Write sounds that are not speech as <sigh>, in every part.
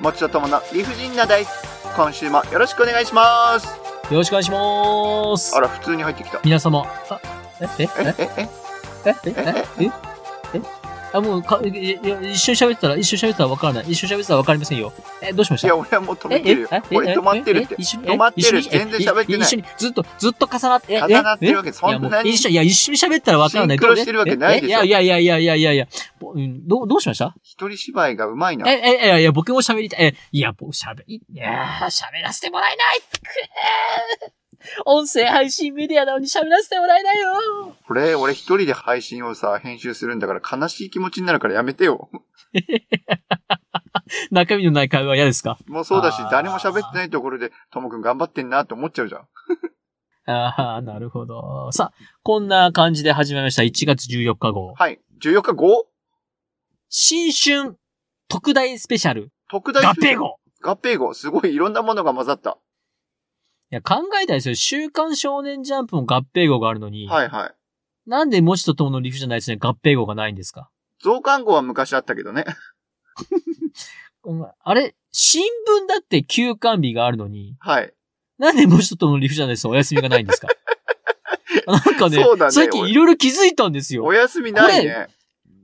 もちとともの理不尽なダイス今週もよろしくお願いしますよろしくお願いしまあす。ら普通に入ってきた皆様。あ、え、ええ、え、えええ、え、え、え、え、あ、もうか、いいや一緒に喋ってたら、一緒に喋ってたらわからない。一緒に喋ってたらわかりませんよ。え、どうしましいたや俺はもう止めてるよ俺止まってるって一緒に止まってるしえ一緒全に然喋ってないえ一緒にずっと、ずっと重なって、え重なってるわけえそんなにいやもう一緒いや、一緒に喋ったらわからなシい。ンクロしてるわけないでしょえいやいやいやいやいやいやいや。ぼうんどう、どうしました一人芝居がうまいなえ、え、いやいや、僕も喋りたい。え、いや、僕喋り、いやー、喋らせてもらえないくれー音声配信メディアなのに喋らせてもらえないよこれ俺一人で配信をさ編集するんだから悲しい気持ちになるからやめてよ中身のない会話嫌ですかもうそうだしあー誰も喋ってないところでともくん頑張ってんなって思っちゃうじゃんああ、なるほど。さあ、こんな感じで始まりました。1月14日号。はい14日 5? 新春特大スペシャル特大合併号合併号すごいいろんなものが混ざったいや、考えたですよ。週刊少年ジャンプも合併号があるのに、はいはいなんで文字ととものリフじゃないですね、合併号がないんですか増刊号は昔あったけどねお前あれ、新聞だって休刊日があるのに、はいなんで文字ととものリフじゃないですお休みがないんですか <laughs> なんかねそうだね、最近いろいろ気づいたんですよお。休みないね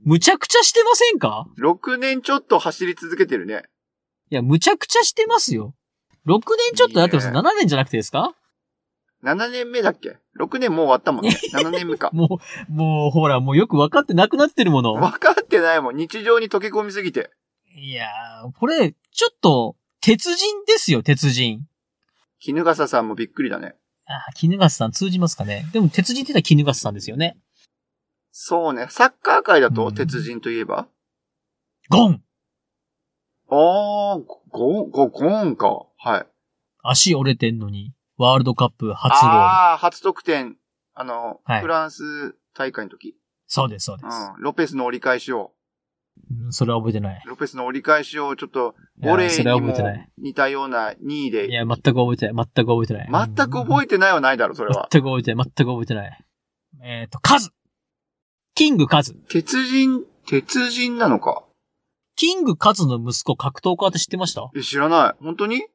むちゃくちゃしてませんか6年ちょっと走り続けてるね。いや、むちゃくちゃしてますよ。6年ちょっとやってます。いいね7年じゃなくてですか7年目だっけ ?6 年もう終わったもん <laughs> ね。7年目か。もう、もう、ほら、もうよく分かってなくなってるもの。分かってないもん。日常に溶け込みすぎて。いやー、これ、ちょっと、鉄人ですよ、鉄人。絹笠さんもびっくりだね。ああ、絹笠さん通じますかね。でも、鉄人って言ったら絹笠さんですよね。そうね。サッカー界だと、うん鉄人といえばゴンあー、ゴン、ゴゴンか。はい。足折れてんのに、ワールドカップ初ゴール。あー、初得点。あの、はいフランス大会の時。そうです、そうでうん。ロペスの折り返しを。す。うん、それは覚えてない。ロペスの折り返しを、ちょっと、いやボレそーれはに覚えもてない。似たような2位いで。や、全く覚えてない。全く覚えてない。全く覚えてないはないだろ、それは。全く覚えてない。全く覚えてない。えっ、と、カズキングカズ鉄人、鉄人なのか。キングカズの息子格闘家って知ってましたえ、知らない。本当に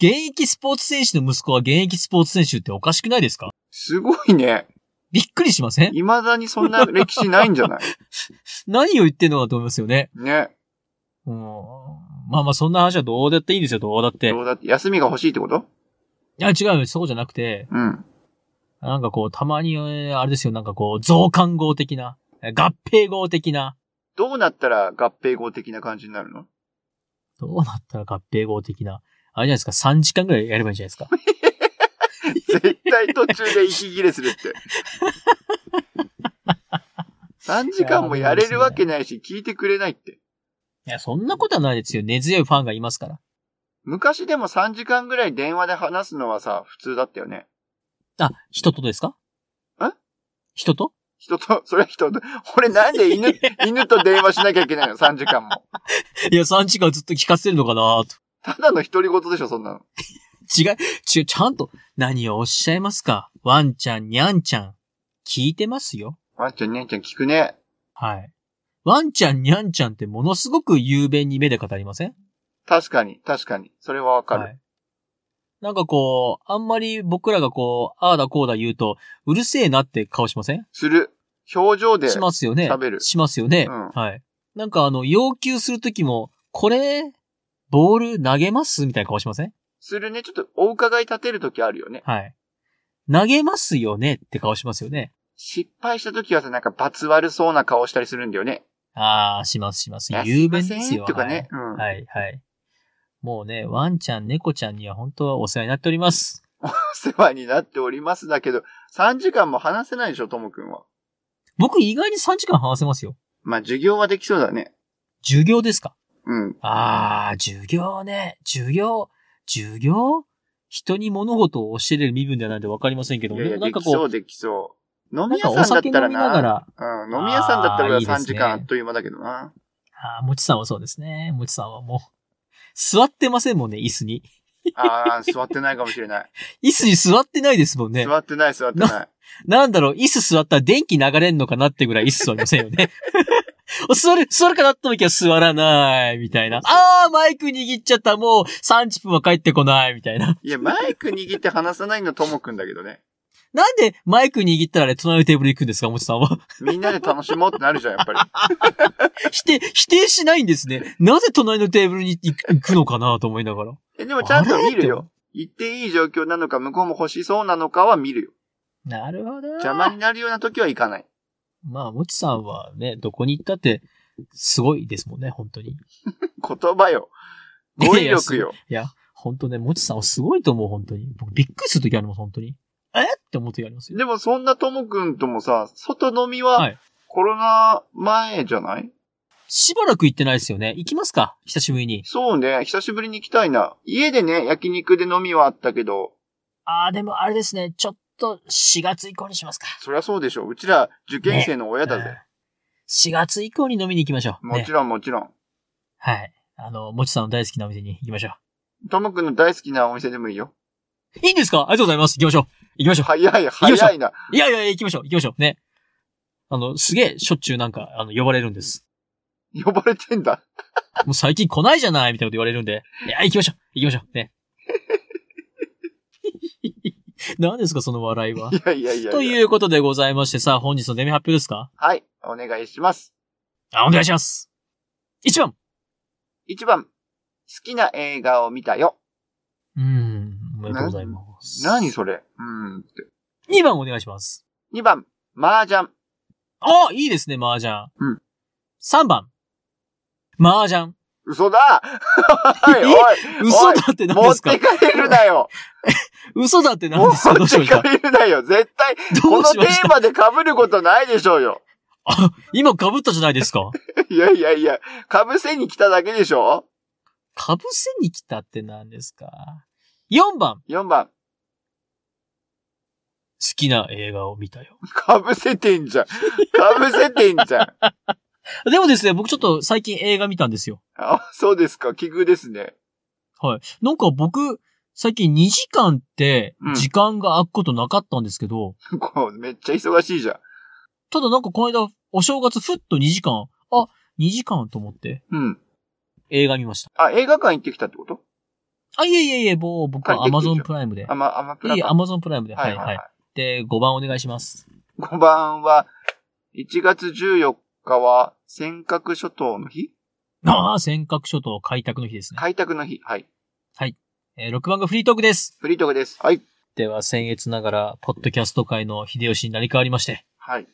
現役スポーツ選手の息子は現役スポーツ選手っておかしくないですかすごいね。びっくりしません未だにそんな歴史ないんじゃない何を言ってんのかと思いますよね。ね。うん。まあまあ、そんな話はどうだっていいんですよ、どうだって。どうだって、休みが欲しいってこといや、違うよ、そうじゃなくて、うん。なんかこう、たまに、えーあれですよ、なんかこう、増刊号的な、えー合併号的な、どうなったら合併号的な感じになるの <laughs> どうなったら合併号的な、あれじゃないですか、3時間ぐらいやればいいんじゃないですか。絶対途中で息切れするって。3時間もやれるわけないし、聞いてくれないって。いや、そんなことはないですよ、根強いファンがいますから。昔でも3時間ぐらい電話で話すのはさ、普通だったよね。あ、人とですかえ人と人と、それは人と、俺なんで犬、犬と電話しなきゃいけないの ?3 時間も。いや、3時間ずっと聞かせてるのかなと。ただの独り言でしょ、そんなの。違う、違う、ちゃんと、何をおっしゃいますかワンちゃん、ニャンちゃん、聞いてますよ。ワンちゃん、姉ちゃん聞くね。はい。ワンちゃん、ニャンちゃんってものすごく雄弁に目で語りません確かに、確かに。それはわかる。はい。なんかこう、あんまり僕らがこう、ああだこうだ言うと、うるせえなって顔しませんする。表情で。しますよね。喋るしますよね。うんはい。なんかあの、要求するときも、これ、ボール投げますみたいな顔しませんするね。ちょっとお伺い立てるときあるよね。はい。投げますよねって顔しますよね。失敗したときはさ、なんか罰悪そうな顔したりするんだよね。ああ、しますしますいや。雄弁ですよ。すいませんとかね。うん。はい。はい、はい。もうね、ワンちゃん、猫ちゃんには本当はお世話になっております。お世話になっておりますだけど、3時間も話せないでしょ、ともくんは。僕意外に3時間話せますよ。まあ、授業はできそうだね。授業ですかうん。ああ、授業ね。授業。授業人に物事を教えれる身分ではないんでわかりませんけど、いやいや、なんでかきこ、そうう、できそう。飲なみん屋かさおんだっ酒た飲らみながな。ら、うん、飲み屋さんだったらあーいいですね3時間あっという間だけどな。ああ、もちさんはそうですね。もちさんはもう、座ってませんもんね、椅子に。ああ、座ってないかもしれない。椅子に座ってないですもん <laughs> ね。座ってない、座ってない。なんだろう、椅子座ったら電気流れんのかなってぐらい椅子座りませんよね。 <laughs> お座る、座るかなと思いきや座らない、みたいな。あー、マイク握っちゃった、もう30分は帰ってこない、みたいな。いや、マイク握って話さないのともくんだけどね。なんでマイク握ったらね、隣のテーブル行くんですか、もちさんは。 <laughs> みんなで楽しもうってなるじゃん、やっぱり。否定、否定しないんですね。なぜ隣のテーブルに行く行くのかなと思いながら。え、でもちゃんと見るよ。言っていい状況なのか、向こうも欲しそうなのかは見るよ。なるほど。邪魔になるような時は行かない。まあ、もちさんはね、どこに行ったって、すごいですもんね、本当に。い言葉よ。語彙力よ。や、本当ね、もちさんはすごいと思う、本当に。僕、びっくりするときあります、本当に。えって思うときありますよ。でもそんなともくんともさ、外飲みは、はいコロナ前じゃない、しばらく行ってないですよね。行きますか久しぶりに。そうね、久しぶりに行きたいな。家でね、焼肉で飲みはあったけど、ああ、でもあれですね、ちょっと4月以降にしますか。そりゃそうでしょ。うちら、受験生の親だぜ。 4月以降に飲みに行きましょう。もちね、ろんもちろん。はい。あの、もちさんの大好きなお店に行きましょともくんの大好きなお店でもいいよ。う。いいんですかありがとうございます。行きましょう。行きましょう。早い、早いな。いやいやいや、行きましょう。行きましょう。ね。あの、すげえ、しょっちゅうなんか、あの、呼ばれるんです。 <laughs> 呼ばれてんだ。もう最近来ないじゃないみたいなこと言われる <laughs> んで。いや、行きましょう行きましょうね。 <laughs> 何ですか、その笑いは。いやいやいやいや。ということでございましてさ、本日のデミ発表ですかはい、お願いします。あ、お願いします。1番1番、好きな映画を見たよ。うーん、おめでとうございます。何それうーんって。 ?2 番お願いします。 2番、麻雀。あ、いいですね、麻雀。うん。 3番。麻雀。嘘 <laughs> だおいおい嘘だって何持でっすかてかれるなよ嘘だって何持ですかどうっしまてしたかれるなよ絶対、どこうのしテましーたマで被ることないでしょうよあ、今被ったじゃないですか。いやいやいや、被せに来ただけでしょ被せに来たって何ですか ?4 番。 ?4 番、好きな映画を見たよ。被せてんじゃん。被せてんじゃん。でもですね、僕ちょっと最近映画見たんですよ。あ、そうですか、奇遇ですね。はい。なんか僕、最近2時間ってうん時間が空くことなかったんですけど、こうめっちゃ忙しいじゃん。ただなんかこの間、お正月ふっと2時間、あ、2時間と思ってうん。映画見ました。あ、映画館行ってきたってことあ、いえいえいえ、もう僕は借りてきてる Amazon でしょプライムで。いあま、あまプラえいえ、か。 Amazon プライムで。ははいいはいははいい。。で、5番お願いします。 5番は、1月14日は尖閣諸島の日ああ、尖閣諸島開拓の日ですね。開拓の日。はい。えー6番がフリートークです。フリートークです。はい。では、先月ながら、ポッドキャスト界の秀吉になり変わりまして、はい。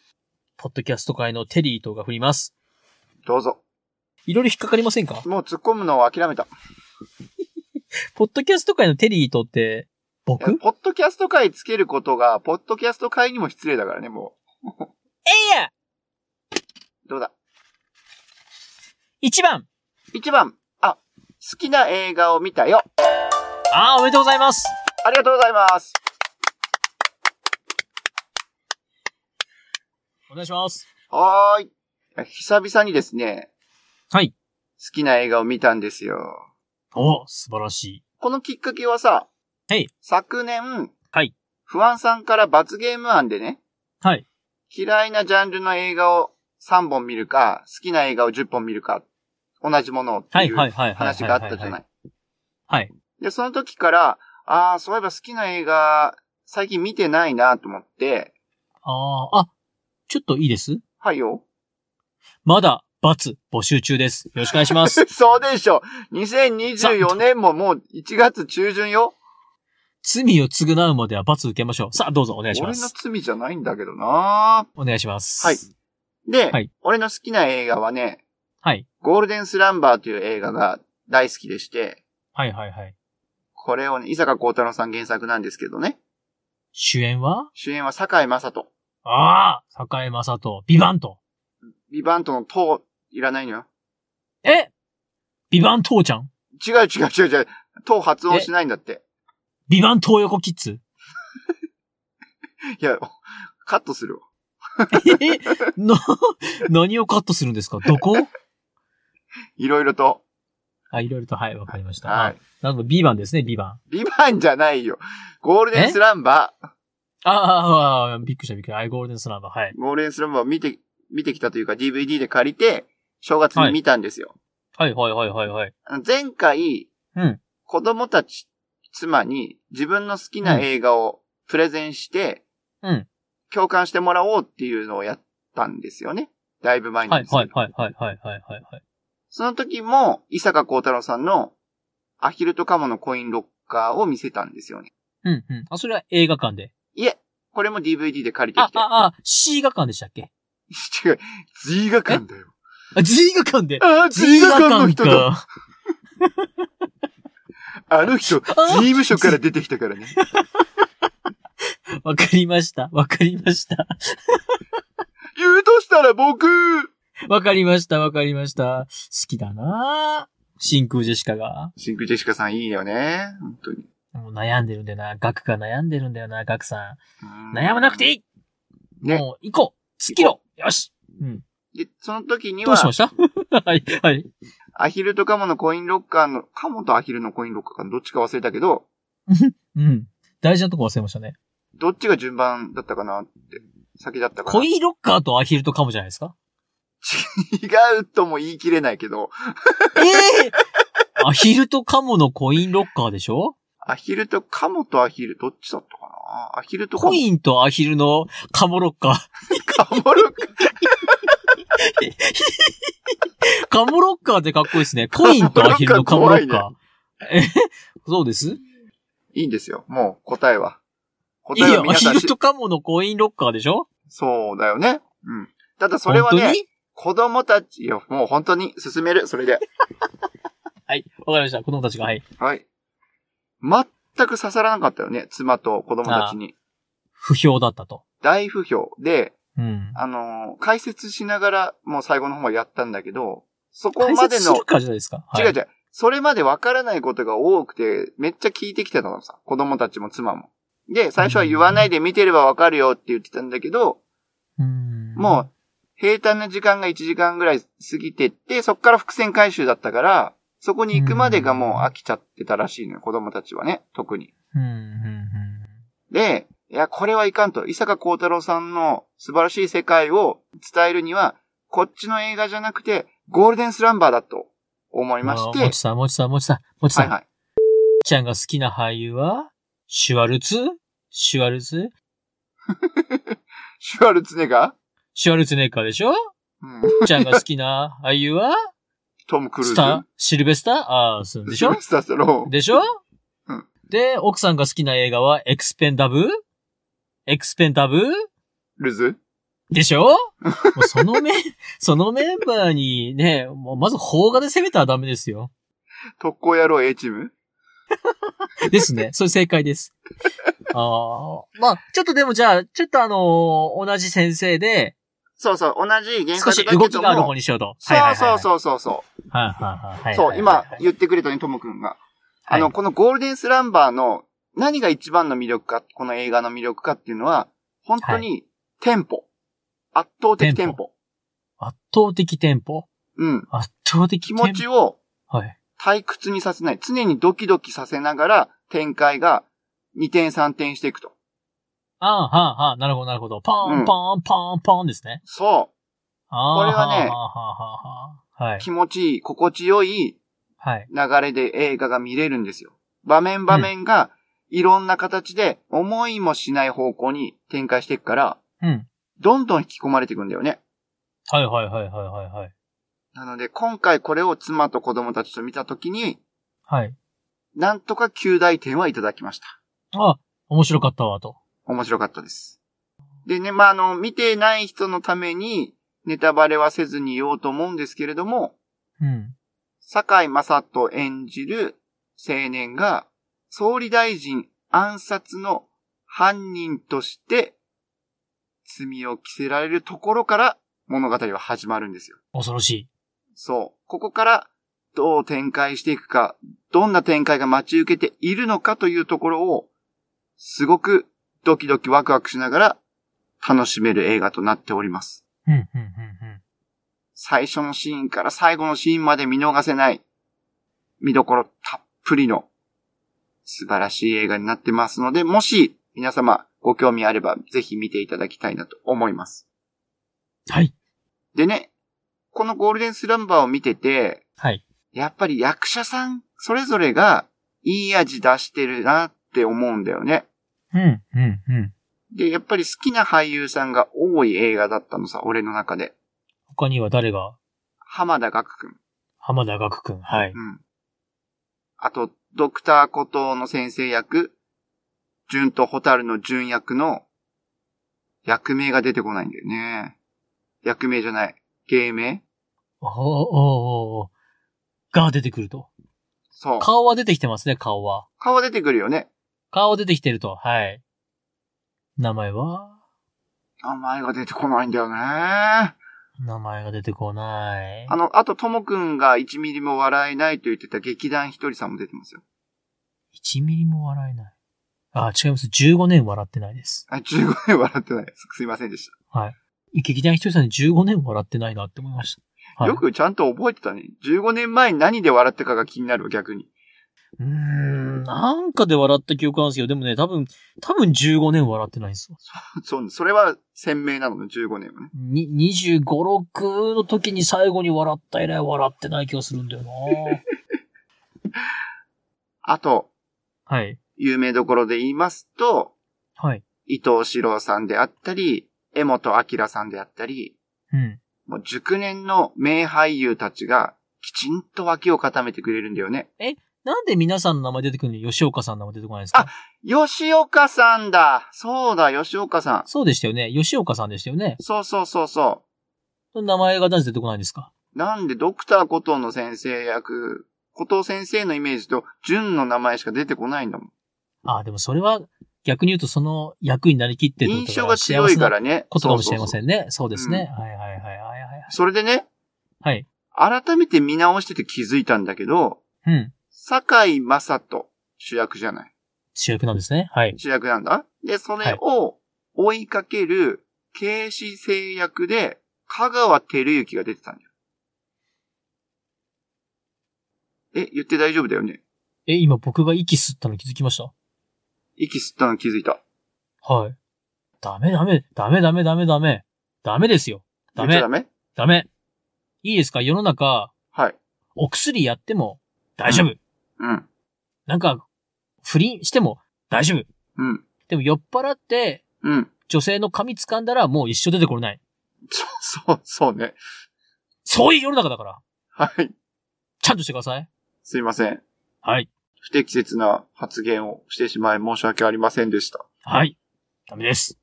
ポッドキャスト界のテリーとが振ります。どうぞ。いろいろ引っかかりませんかもう突っ込むのを諦めた。ポッドキャスト界のテリーとって、いや僕ポッドキャスト会つけることが、ポッドキャスト会にも失礼だからね、もえいやう。どうだ。 !1 番1番。あ、好きな映画を見たよ。ああ、おめでとうございますありがとうございます。お願いします。はーいいや。久々にですね、はい。好きな映画を見たんですよ。お素晴らしい。このきっかけはさ、はい昨年、はい不安さんから罰ゲーム案でね、はい。嫌いなジャンルの映画を3本見るか、好きな映画を10本見るか、同じものをってはいいはいうはいはい。話があったじゃないい。。はい。で、その時から、ああ、そういえば好きな映画、最近見てないなと思って、ああ、あ、ちょっといいですはいよ。 <laughs> まだ、罰、募集中です。よろしくお願いしま <laughs> す。そうでしょ !2024 年ももう1月中旬よ罪を償うまでは罰受けましょう。さあ、どうぞお願いしま俺のす。罪じゃないんだけどなお願いします。はい。で、はい俺の好きな映画はね、はい。ゴールデンスランバーという映画が大好きでして、はいはいはい。これをね、伊坂幸太郎さん原作なんですけどね、主演は主演は堺雅人。ああ、坂井正人、ビバンと。ビバントのトいらないのよ。えビバン父ちゃん違う違う違う違う。ト発音しないんだって。ビバン東横キッズいや、カットするわ。え <laughs> な、何をカットするんですかどこいろいろと。あ、いろいろと、はい、わかりました。ははいい。。なるほど、B 番ですね、B 番。ビバンじゃないよ。ゴールデンスランバあーあー、あーびっくりした、びっくりした。アイゴールデンスランバー、はい。ー。ゴールデンスランバーを見て見てきたというか DVD で借りて、正月に見たんですよ。はいはいはいはいはい。あの前回、うん子供たち、妻に自分の好きな映画をプレゼンして、うん共感してもらおうっていうのをやったんですよね。だいぶ前にはいですけどはいはいはいはいはいはいはい。その時も、伊坂幸太郎さんのアヒルとカモのコインロッカーを見せたんですよね。うんうん。あ、それは映画館で。いえ、これも DVD で借りてあ、きて。あ、あ、C 映画館でしたっけ違う、G 画館だよ。あ、G 映画館でああ、G 画館の人だ。。あの人、事あ務所から出てきたからね。わかりました。わかりました。言うとしたら僕わかりました。わかりました。好きだなぁ真空ジェシカが。シンクジェシカさんいいよね。本当に。もう悩んでるんだよな。ガクが悩んでるんだよな、ガクさん。悩まなくていいい、ねもう行こう突っ切ろうよしうん。で、その時に <laughs> どうはし、ましたはい、はい。アヒルとカモのコインロッカーの、カモとアヒルのコインロッカーかなどっちか忘れたけど、うん。大事なとこ忘れましたね。どっちが順番だったかなって、先だったかな。コインロッカーとアヒルとカモじゃないですか違うとも言い切れないけど、ええアヒルとカモのコインロッカーでしょアヒルとカモとアヒル、どっちだったかなアヒルとカモ。コインとアヒルのカモロッカカモロッカーー。カモロッカーってかっこいいですね。コインとアヒルのカモロッカモカー。えそうですいいんですよ。もう答えは。いい答えはよ、ア皆ヒさんルしとカモのコインロッカーでしょそうだよね。うん。ただそれはね本当、に子供たちよ、もう本当に進める、それで。はい、わかりました。子供たちが、はい。はい。全く刺さらなかったよね、妻と子供たちに。不評だったと。大不評で、うん。あのー解説しながら、もう最後の方までやったんだけど、そこ解まで説すの、るからじゃないですか。はい違う違う、それまでわからないことが多くて、めっちゃ聞いてきてたのさ、子供たちも妻も。で、最初は言わないで見てればわかるよって言ってたんだけど、うん。もう、平坦な時間が1時間ぐらい過ぎてって、そっから伏線回収だったから、そこに行くまでがもう飽きちゃってたらしいのよ、子供たちはね、特に。うん、うん、で、いや、これはいかんと。伊坂幸太郎さんの素晴らしい世界を伝えるには、こっちの映画じゃなくて、ゴールデンスランバーだと思ういん。ましあもてち、さん、もちさん、もちさん、もちさはいん。はい。ちゃんが好きな俳優は、シュワルツシュワルツシュワルツェネが、シュワルツェネッカーでしょうん、ちゃんが好きな俳優は、トム・クルーズスターシルベスターああ、そうでしょシルベスタースタローン。でしょうんで、奥さんが好きな映画は、エクスペンダブエクスペンダブルズで <laughs> しょもうそのメン、そのメンバーにね、もうまず邦画で攻めたらダメですよ。特攻野郎 A チーム <laughs> ですね。それ正解です。ああ。まあ、ちょっとでもじゃあ、ちょっとあのー同じ先生で、そうそう、同じ原少作しだけ動きどがある方も、にしようと。そうそうそうそうそう。う。はいはいはい。そう、今はい言ってくれたね、トム君が。はあいの、このゴールデンスランバーの何が一番の魅力か、この映画の魅力かっていうのは、本当にテンポ。圧倒的テンポ。圧倒的テンポ。うん。圧倒的気テンポ。持ちをはい。退屈にさせない。常にドキドキさせながら展開が2点3点していくと。ああ、はあ、はあ、なるほど、なるほど。パーうン、んパーン、パーン、パーンですね。そああ、これはね。。はあ、はあ、はあ、はあ。はいう気持ちいい、心地よいはい。流れで映画が見れるんですよ。場面場面がいろんな形で思いもしない方向に展開していくから、うん。どんどん引き込まれていくんだよね。はい、はい、はい、はい、はい、はい。なので、今回これを妻と子供たちと見たときに、はい。なんとか9大点はいただきました。あ、面白かったわ、と。面白かったです。でね、まあ、あの、見てない人のために、ネタバレはせずに言おうと思うんですけれども、うん。坂井正人演じる青年が、総理大臣暗殺の犯人として、罪を着せられるところから物語は始まるんですよ。恐ろしい。そう。ここからどう展開していくか、どんな展開が待ち受けているのかというところを、すごくドキドキワクワクしながら楽しめる映画となっております。うん、うん、うん、うん。最初のシーンから最後のシーンまで見逃せない、見どころたっぷりの素晴らしい映画になってますので、もし皆様ご興味あればぜひ見ていただきたいなと思います。はい。でね、このゴールデンスランバーを見てて、はい。やっぱり役者さんそれぞれがいい味出してるなって思うんだよね。うん、うん、うん。で、やっぱり好きな俳優さんが多い映画だったのさ、俺の中で。他には誰が浜田岳くん。浜田岳くん。はい。うん。あと、ドクターコトーの先生役、純とホタルの純役の、役名が出てこないんだよね。役名じゃない。芸名おーおーおーおーが出てくると。そう。顔は出てきてますね、顔は。顔は出てくるよね。顔出てきてると。はい。名前は名前が出てこないんだよね。あ名前が出てこない。の、あと、ともくんが1ミリも笑えないと言ってた劇団ひとりさんも出てますよ。 1ミリも笑えない。あ、違います。15年笑ってないです。あ、15年笑ってないです。すいませんでし劇団ひとりさんに15年笑ってないなって思いました。た。はい、よくちゃんと覚えてたね。15年前に何で笑ったかが気になるわ、逆に。 <laughs> うーん、なんかで笑った記憶あるんですけど、でもね、多分、多分15年笑ってないんですよ。そう、それは鮮明なのね、15年はね。に、25、6の時に最後に笑った以来笑ってない気がするん <laughs> だよなあと、はい。有名どころで言いますと、はい。伊藤四郎さんであったり、江本明さんであったり、うん。もう熟年の名俳優たちがきちんと脇を固めてくれるんだよね。なんで皆さんの名前出てくるのに吉岡さんの名前出てこないんですか吉岡さんだそうだ、吉岡さん。そうでしたよね。吉岡さんでしたよね。そうそうそうそ名前がなぜ出てこないんですかう。なんでドクターコトーの先生役、コトー先生のイメージと、純の名前しか出てこないんだもん。あ、でもそれは逆に言うとその役になりきってってこ印と象が強いからね。ことかもしれません。んね。そうですね。はいはいはいはいはい。それでね、はい。改めて見直してて気づいたんだけど、うん。堺井雅人主役じゃない。主役なんですね。はい。主役なんだ。で、それを追いかける、警視製薬で、香川照之が出てたんだよ。え、言って大丈夫だよね。え、今僕が息吸ったの気づきました息吸ったの気づいた。はい。ダメダメ、ダメダメダメダメ。ダメですよ。ダ言っちメゃダ、メダメ。いいですか世の中、はい。お薬やっても大丈夫。うん。なんか、不倫しても大丈夫。うん。でも酔っ払って、うん。 <laughs> 女性の髪掴んだらもう一生出てこれない。そう、そう、そうね。そういう世の中だから。はい。ちゃんとしてください。すいません。はい。不適切な発言をしてしまい申し訳ありませんでした。はい。ダメです。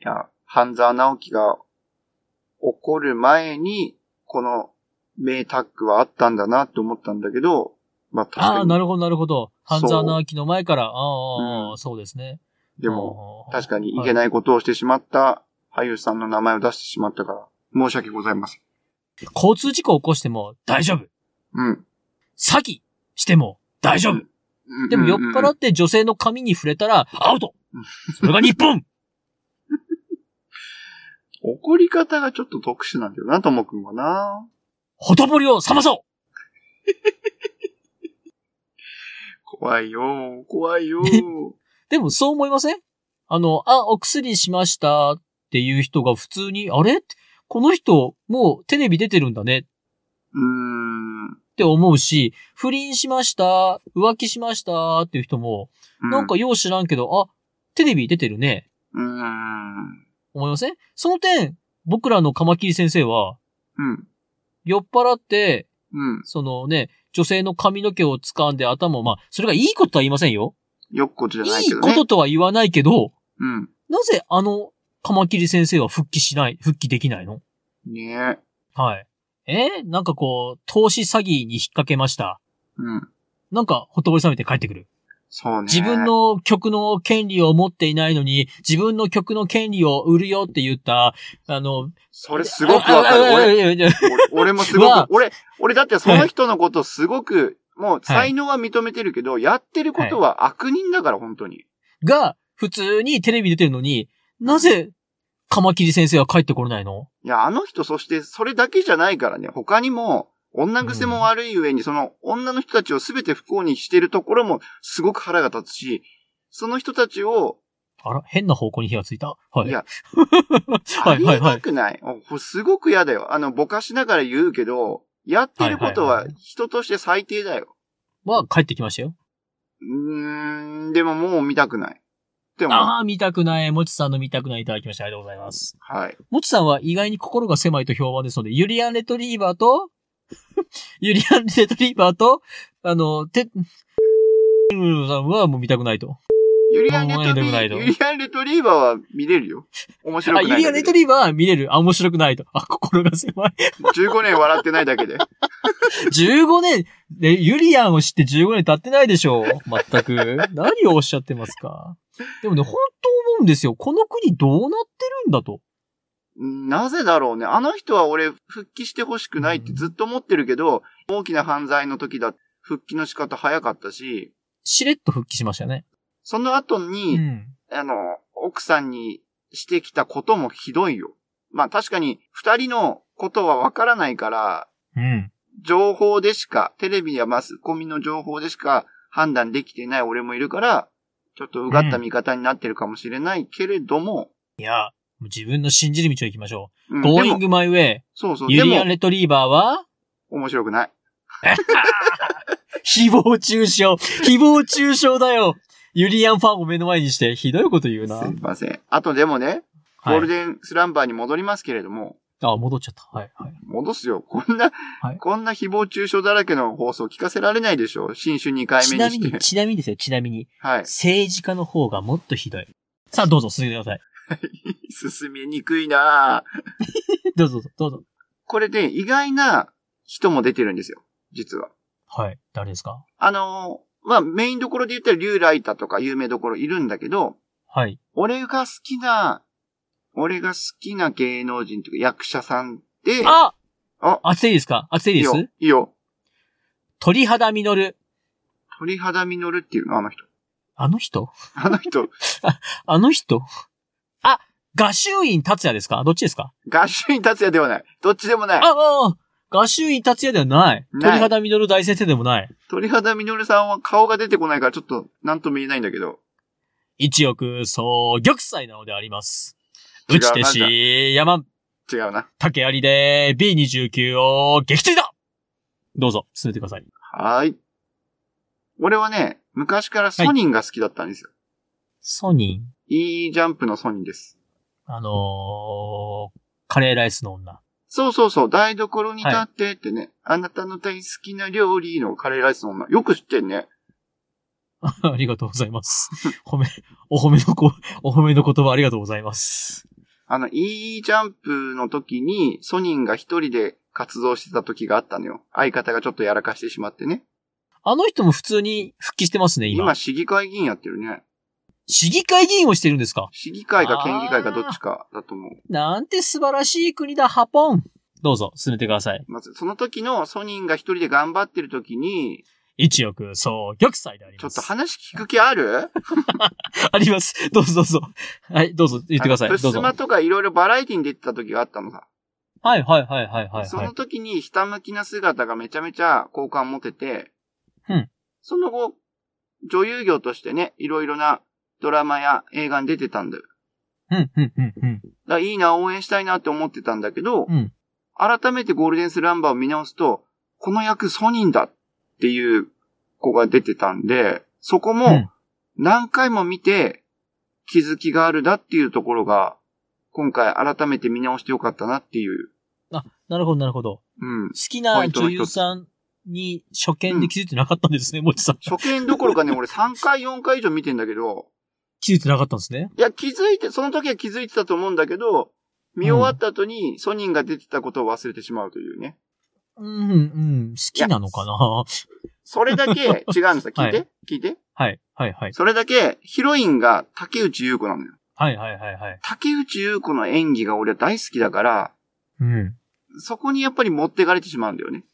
いや、半沢直樹が怒る前に、この名タッグはあったんだなって思ったんだけど、まあ確ああ、かなに。るほど、なるほど。半沢直樹の前から、ああ、うんそうですね。でも、確かかにいけないことをしてしまった俳優さんの名前を出してしまったから、申し訳ございません。に。交通事故を起こしても大丈夫。うん。詐欺しても大丈夫。うんでも酔っ払っって女性の髪に触れたらアウトうんそれが日本怒り方がちょっと特殊なんだよな、ともくんはな。ほとぼりを冷まそ怖いよ、怖いよ。 <laughs> うでもそう思いませんあの、あ、お薬しましたっていう人が普通に、あれこの人、もうテレビ出てるんだねっうーん。て思うし、不倫しました、浮気しましたっていう人も、うなんか、よう知らんけど、あ、テレビ出てるね。うーん。思いませんその点、僕らのカマキリ先生は、うん。酔っ払って、うん。そのね、女性の髪の毛を掴んで頭を、まあ、それがいいこととは言いませんよ。よっこじゃないいいけどこね。ととは言わないけど、うん。なぜあのカマキリ先生は復帰しない、復帰できないのねえ。はい。えーなんかこう、投資詐欺に引っ掛けました。うん。なんか、ほとぼり冷めて帰ってくる。そうね。自分の曲の権利を持っていないのに、自分の曲の権利を売るよって言った、あの、それすごくわかる。あああ俺、いやいやいや俺俺もすごまあく、俺、俺だってその人のことすごく、もう才能は認めてるけど、やってることは悪人だから、本当に。が、普通にテレビ出てるのに、なぜ、カマキリ先生は帰ってこれないのいや、あの人、そしてそれだけじゃないからね、他にも、女癖も悪い上に、その女の人たちを全て不幸にしてるところもすごく腹が立つし、その人たちをあら、変な方向に火がついた。はい。いやはあいりはえいは。ないくない、おすごく嫌だよ。あの、ぼかしながら言うけど、やってることはいははい人として最低だよ。まあ、帰ってきましたよ。うーん、でももう見たくない。でも、ああ、見たくない。もちさんの見たくないいただきました。ありがとうございます。はい。もちさんは意外に心が狭いと評判ですので、ユリアンレトリーバーと、 <laughs> ユリアンレトリーバーと、あの、て、さんはもう見たくないと。ユリアンレもうトでリーもないのユリアンレトリーバーは見れるよ。面白あ、くなユいリアだンけレトで。リーバーは見れる。あ、面白くないと。あ、心が狭い。 15年笑ってないだけで。 15年、で、ユリアンを知って15年経ってないでしょう。<laughs> 全く。何をおっしゃってますか。でもね、本当思うんですよ。この国どうなってるんだと。なぜだろうね。あの人は俺、復帰してほしくないってずっと思ってるけど、大きな犯罪の時だ、復帰の仕方早かったし、しれっと復帰しましたね。その後うに、ん。あの、奥さんにしてきたこともひどいよ。まあ確かに、二人のことはわからないから、うん。情報でしか、テレビやマスコミの情報でしか判断できてない俺もいるから、ちょっとうがった見方になってるかもしれないけれども、いや、もう自分の信じる道を行きましょうう。ん、で Going も、 my way. そうそう、ユでリアもン・レトリーバーは面白くない。誹謗中傷。誹謗中傷だよ。ユリアンファンを目の前にして、ひどいこと言うすな。いません。あとでもね、ゴはールい。デンスランバーに戻りますけれども、あ、戻っちゃった。はい、はい。戻すよ。こんな、はいこんな誹謗中傷だらけの放送聞かせられないでしょ新種2回ち目なにみしてに、。ちなみにですよ、ちなみに。はい。政治家の方がもっとひどい。さあ、どうぞ、続けてください。進めにくいなぁどうぞ、どうぞ。これで意外な人も出てるんですよ。実は。はい。誰ですかあのーまあ、メインどころで言ったら竜ライタとか有名どころいるんだけど、はい。俺が好きな、俺が好きな芸能人とか役者さんで、ああ当てていいですか当てていいいいでよ、いすいよ。鳥肌実る。鳥肌実るっていうの、あの人。あの人あの人、あの人あ、画集院達也ですかどっちですか合衆に立つやではない。どっちでもない。ああ、画集院達也ではない。ない鳥肌実る大先生でもない。鳥肌みのるさんは顔が出てこないからちょっと何とも言えないんだけど。一億総玉砕なのであります。違う打ち手し、山、違うな。竹槍で B29 を撃墜だどうぞ、進めてください。はーい。俺はね、昔からソニンが好きだったんですよ。ソニン。い、いジャンプのソニンです。あのー、カレーライスの女。 <laughs> そうそうそう、台所に立ってってね、あなたの大好きな料理のカレーライスの女、よく知ってんね。ありがとうございます。 <laughs> 褒め、お褒めのこ、お褒めの言葉ありがとうございます。あの、いいジャンプの時にソニンが一人で活動してた時があったのよ。相方がちょっとやらかしてしまってね。あの人も普通に復帰してますね、今。今、市議会議員やってるね。市議会議員をしてるんですか市議会か県議会かどっちかだと思う。なんて素晴らしい国だ、ハポン。どうぞ、進めてください。まず、その時のソニンが一人で頑張ってる時に、一億総玉砕でありちょまっす。と話聞く気ある <laughs> あります。どうぞどうぞ。はい、どうぞ、言ってください。あのどプうスぞ。マはい、とかいろいろバラエティに出てた時があったのさ。はい、はい、はい、はい、はい。その時にひたむきな姿がめちゃめちゃ好感持てて、うんその後、女優業としてね、いろいろなドラマや映画に出てたんだよ。うん、うん、うん、うん。だからいいな、応援したいなって思ってたんだけど、うん改めてゴールデンスランバーを見直すと、この役ソニンだっていう子が出てたんで、そこうもん何回も見て気づきがあるだっていうところが、今回改めて見直してよかったなっていう。なるほど、なるほど。うん好。きな女優さんに初見で気づいてなかったんですね、もちさん。初見どころかね、俺3回4回以上見てんだけど、気づいてなかったんですね。いや、気づいて、その時は気づいてたと思うんだけど、見終わった後にソニンが出てたことを忘れてしまうというね。うん、うん、好きなのかなそれだけ違うんですよ。聞いて、は聞いて。はい、はい、はい。それだけヒロインが竹内優子なのよ。はい、はい、はい、はい。竹内優子の演技が俺は大好きだから、うん。そこにやっぱり持ってかれてしまうんだよね。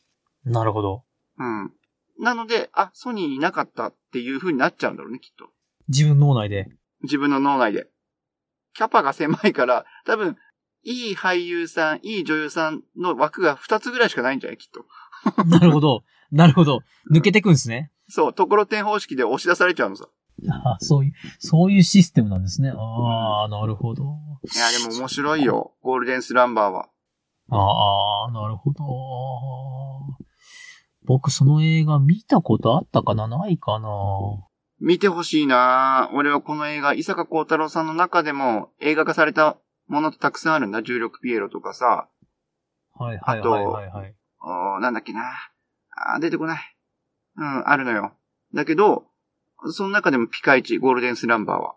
なるほど。うん。なので、あ、ソニーいなかったっていう風になっちゃうんだろうね、きっと。自分の脳内で。自分の脳内で。キャパが狭いから、多分、いい俳優さん、いい女優さんの枠が2つぐらいしかないんじゃないきっと。なるほど。なるほど。抜けてくんですね。そう、ところてん方式で押し出されちゃうのさ。あそういう、そういうシステムなんですね。ああ、なるほど。いや、でも面白いよ。ゴールデンスランバーは。ああ、なるほど。僕、その映画見たことあったかなないかな見てほしいな俺はこの映画、伊坂幸太郎さんの中でも映画化されたものってたくさんあるんだ。重力ピエロとかさ。はいはいはいはい、はい。おーなんだっけなあー出てこない。うん、あるのよ。だけど、その中でもピカイチ、ゴールデンスランバーは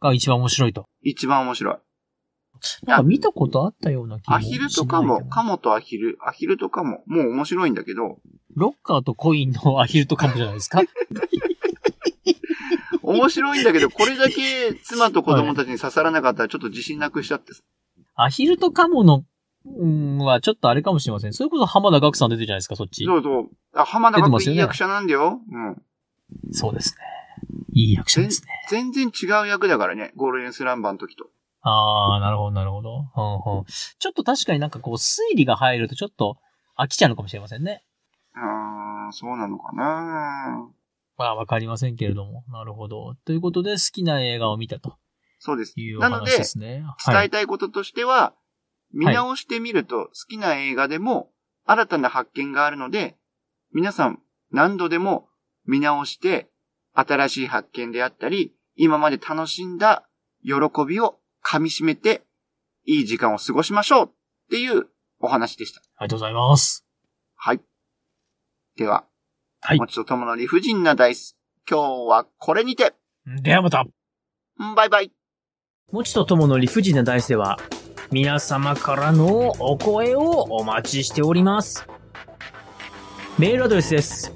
が一番面白いと。一番面白い。なんか見たことあったような気アもヒルしとなかいも、でカモとアヒル、アヒルとかも、もう面白いんだけど、ロッカーとコインのアヒルとカモじゃないで <laughs> すか面白いんだけど、これだけ妻と子供たちに刺さらなかったらちょっと自信なくしちゃってさ。アヒルとカモの、うん、はちょっとあれかもしれません。それこそ浜田岳さん出てるじゃないですか、そっち。そうそう。あ、浜田出てがますいよいね役者なんだよ。うん。そうですね。いい役者ですね。全然違う役だからね、ゴールデンスランバーの時と。ああ、なるほど、なるほど。うんうん。ちょっと確かになんかこう、推理が入るとちょっと飽きちゃうのかもしれませんね。あー、そうなのかなまあ、わかりませんけれども。なるほど。ということで、好きな映画を見たとそうです。いうおなの話でで、すね。伝はえい。たいこととしては、見直してみると好きな映画でも新たな発見があるので、皆さん何度でも見直して新しい発見であったり、今まで楽しんだ喜びを噛み締めていい時間を過ごしましょうっていうお話でした。ありがとうございます。はい。では、はいもちとともの理不尽なダイス。今日はこれにて、ではまたバイバイもちとともの理不尽な大世は、皆様からのお声をお待ちしております。メールアドレスです。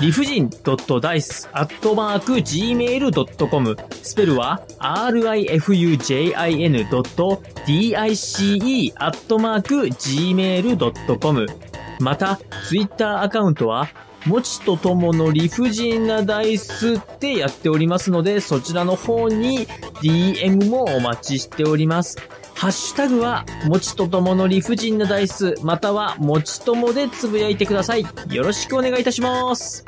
理不尽 .dice.gmail.com スペルは rifujin.dice.gmail.com また、ツイッターアカウントは、もちとともの理不尽なダイスってやっておりますので、そちらの方に DM もお待ちしております。ハッシュタグは、もちとともの理不尽なダイス、または、もちともでつぶやいてください。よろしくお願いいたします。